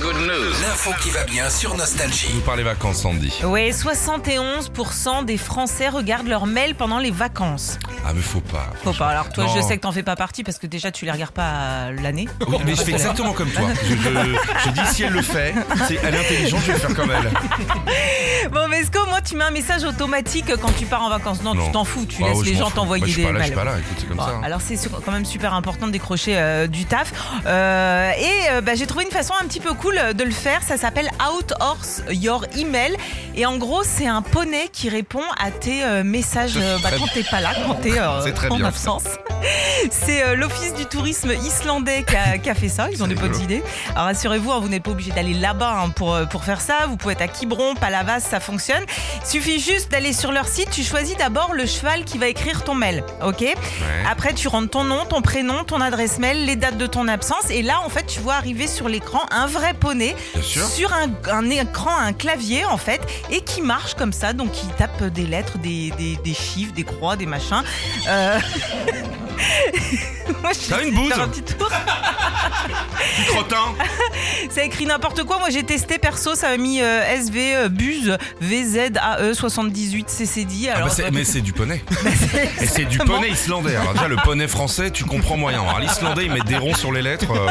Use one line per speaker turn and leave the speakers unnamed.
Good news.
L'info qui va bien sur Nostalgie.
Nous parlez vacances, Sandy.
Ouais, 71% des Français regardent leurs mails pendant les vacances.
Ah, mais faut pas.
Faut pas. Alors toi,
Non.
je sais que t'en fais pas partie parce que déjà tu les regardes pas euh, l'année.
Oui, mais je fais exactement comme toi. Je, je- je dis si elle le fait, c'est, elle est intelligente, je vais faire comme elle.
Bon, mais est-ce qu'au moins tu mets un message automatique quand tu pars en vacances Non,
Non.
tu t'en fous. Tu
Ah
laisses
ouais, je
les
m'en
gens
fous.
t'envoyer
Moi, je suis
des
pas là, je
mails.
suis pas là, écoute, c'est comme
Bon,
ça. hein.
Bah, Alors c'est sûr- quand même super important de décrocher euh, du taf. Euh, et euh, bah, j'ai trouvé une façon un petit peu cool euh, de le faire. Ça s'appelle Outsource Your Email. Et en gros, c'est un poney qui répond à tes euh, messages euh, bah,
Très
quand t'es pas là, quand t'es euh,
C'est très
en
bien, ça.
absence. C'est euh, l'Office du tourisme islandais qui a, qui a fait ça. Ils ont
C'est
des bonnes
rigolo.
idées. Alors rassurez-vous, hein, vous n'êtes pas obligé d'aller là-bas hein, pour, euh, pour faire ça. Vous pouvez être à Quiberon, Palavas, ça fonctionne. Il suffit juste d'aller sur leur site. Tu choisis d'abord le cheval qui va écrire ton mail. OK
Ouais.
après, tu rentres ton nom, ton prénom, ton adresse mail, les dates de ton absence. Et là, en fait, tu vois arriver sur l'écran un vrai poney
Bien sûr.
sur un, un écran, un clavier, en fait, et qui marche comme ça. Donc, il tape des lettres, des, des- des chiffres, des croix, des machins. Euh... Moi, je
T'as
vais
une bouse
faire un petit tour.
Petit crottin.
Ça écrit n'importe quoi. Moi, j'ai testé perso. Ça m'a mis euh, SV euh, Buse VZAE 78 CCD.
Ah
Alors,
bah c'est- mais c'est du poney. Et c'est du
Exactement.
poney islandais. Alors déjà, le poney français, tu comprends moyen. Alors l'islandais, ils mettent des ronds sur les lettres. euh.